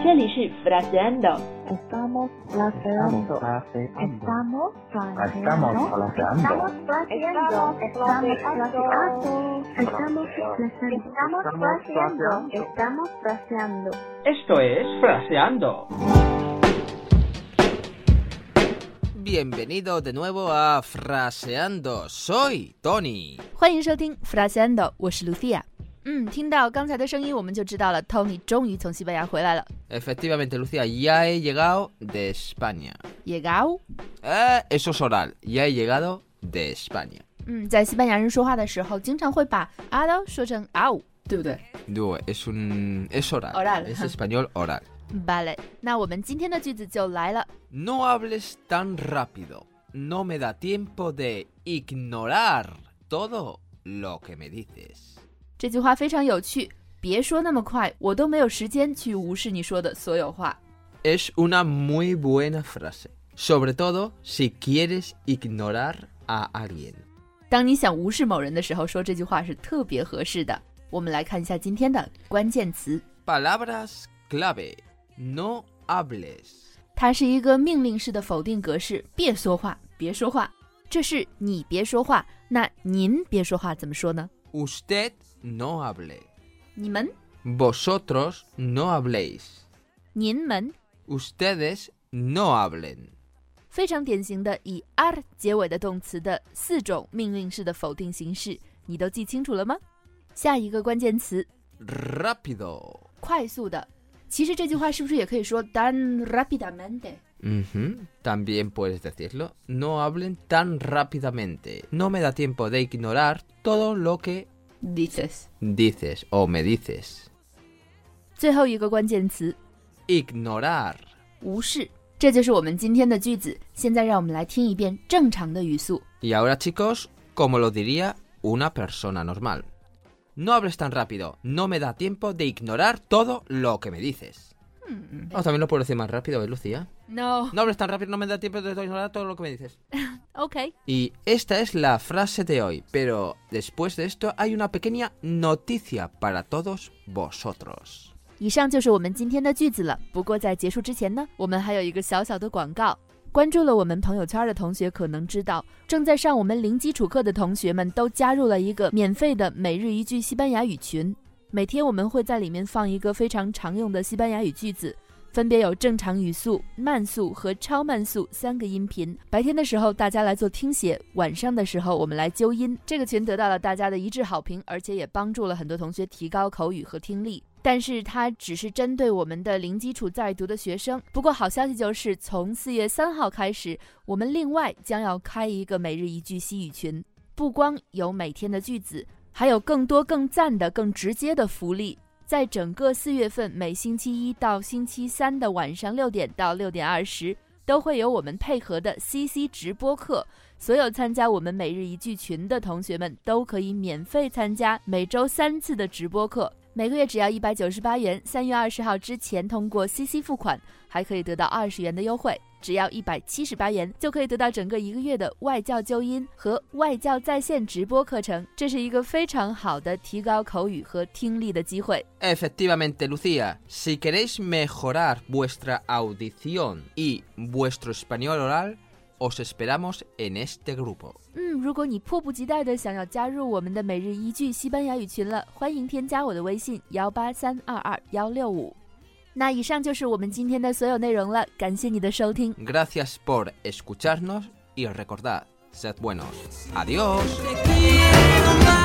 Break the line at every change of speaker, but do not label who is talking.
这里是 fraseando，
Estamos
Estamos
placeando.
fraseando.
Estamos
Estamos
placeando.
fraseando.
Estamos placeando. Estamos placeando. Estamos placeando.
Esto es Fraseando.
Bienvenido de nuevo a Fraseando. Soy Tony.
欢迎收听 Fraseando，我是 Lucia。嗯，听到刚才的声音，我们就知道了，Tony 终于从西班牙回来了。
Efectivamente, Lucía, ya he llegado de España.
Llegao。
Eh, eso es oral. Ya he llegado de España.
嗯，在西班牙人说话的时候，经常会把 a d 说成啊哦 ao，对不对
Duo, es un. Es oral.
Oral.
Es español oral.
？Vale。那嗯我们今天的句子就来了。
No hables tan rápido. No me da tiempo de ignorar todo lo que me dices.
这句话非常有趣，别说那么快，我都没有时间去无视你说的所有话。
Es una muy buena frase. Sobre todo si quieres ignorar a alguien.
当你想无视某人的时候，说这句话是特别合适的。我们来看一下今天的关键词，
Palabras clave. No hables.
它是一个命令式的否定格式，别说话，别说话。这是你别说话，那您别说话怎么说呢？
Usted no hable.
你们、
Vosotros no habléis.
您们，
Ustedes no hablen.
非常典型的以 r 结尾的动词的四种命令式的否定形式，你都记清楚了吗？下一个关键词，
Rápido.
快速的。其实这句话是不是也可以说 tan rápidamente？
Ujú, También puedes decirlo. No hablen tan rápidamente. No me da tiempo de ignorar todo lo que
dices。
dices o me dices.
最后一个关键词
Ignorar.
无视，这就是我们今天的句子。现在让我们来听一遍正常的语速。
Y ahora chicos, como lo diría una persona normal. No hables tan rápido, no me da tiempo de ignorar todo lo que me dices. O también lo puedo decir más rápido, ¿eh, Lucía?
No,
No hables tan rápido, no me da tiempo de ignorar todo lo que me dices.
OK。
Y esta es la frase de hoy, pero después de esto hay una pequeña noticia para todos vosotros.
以上就是我们今天的句子了。不过在结束之前呢，我们还有一个小小的广告。关注了我们朋友圈的同学可能知道，正在上我们零基础课的同学们都加入了一个免费的每日一句西班牙语群。每天我们会在里面放一个非常常用的西班牙语句子，分别有正常语速、慢速和超慢速三个音频。白天的时候大家来做听写，晚上的时候我们来纠音。这个群得到了大家的一致好评，而且也帮助了很多同学提高口语和听力。但是它只是针对我们的零基础在读的学生。不过好消息就是，从四月三号开始，我们另外将要开一个每日一句西语群，不光有每天的句子，还有更多更赞的、更直接的福利。在整个四月份，每星期一到星期三的晚上六点到六点二十，都会有我们配合的 CC 直播课。所有参加我们每日一句群的同学们都可以免费参加每周三次的直播课，每个月只要一百九十八元。三月二十号之前通过 CC 付款，还可以得到二十元的优惠，只要一百七十八元就可以得到整个一个月的外教纠音和外教在线直播课程。这是一个非常好的提高口语和听力的机会。
Efectivamente, Lucía, si queréis mejorar vuestra audición y vuestro español oral, os esperamos en este grupo.
嗯，如果你迫不及待的想要加入我们的每日一句西班牙语群了，欢迎添加我的微信幺八三二二幺六五。那以上就是我们今天的所有内容了，感谢你的收听。
Gracias por escucharnos y recordad, sed buenos. Adiós.
Te quiero más.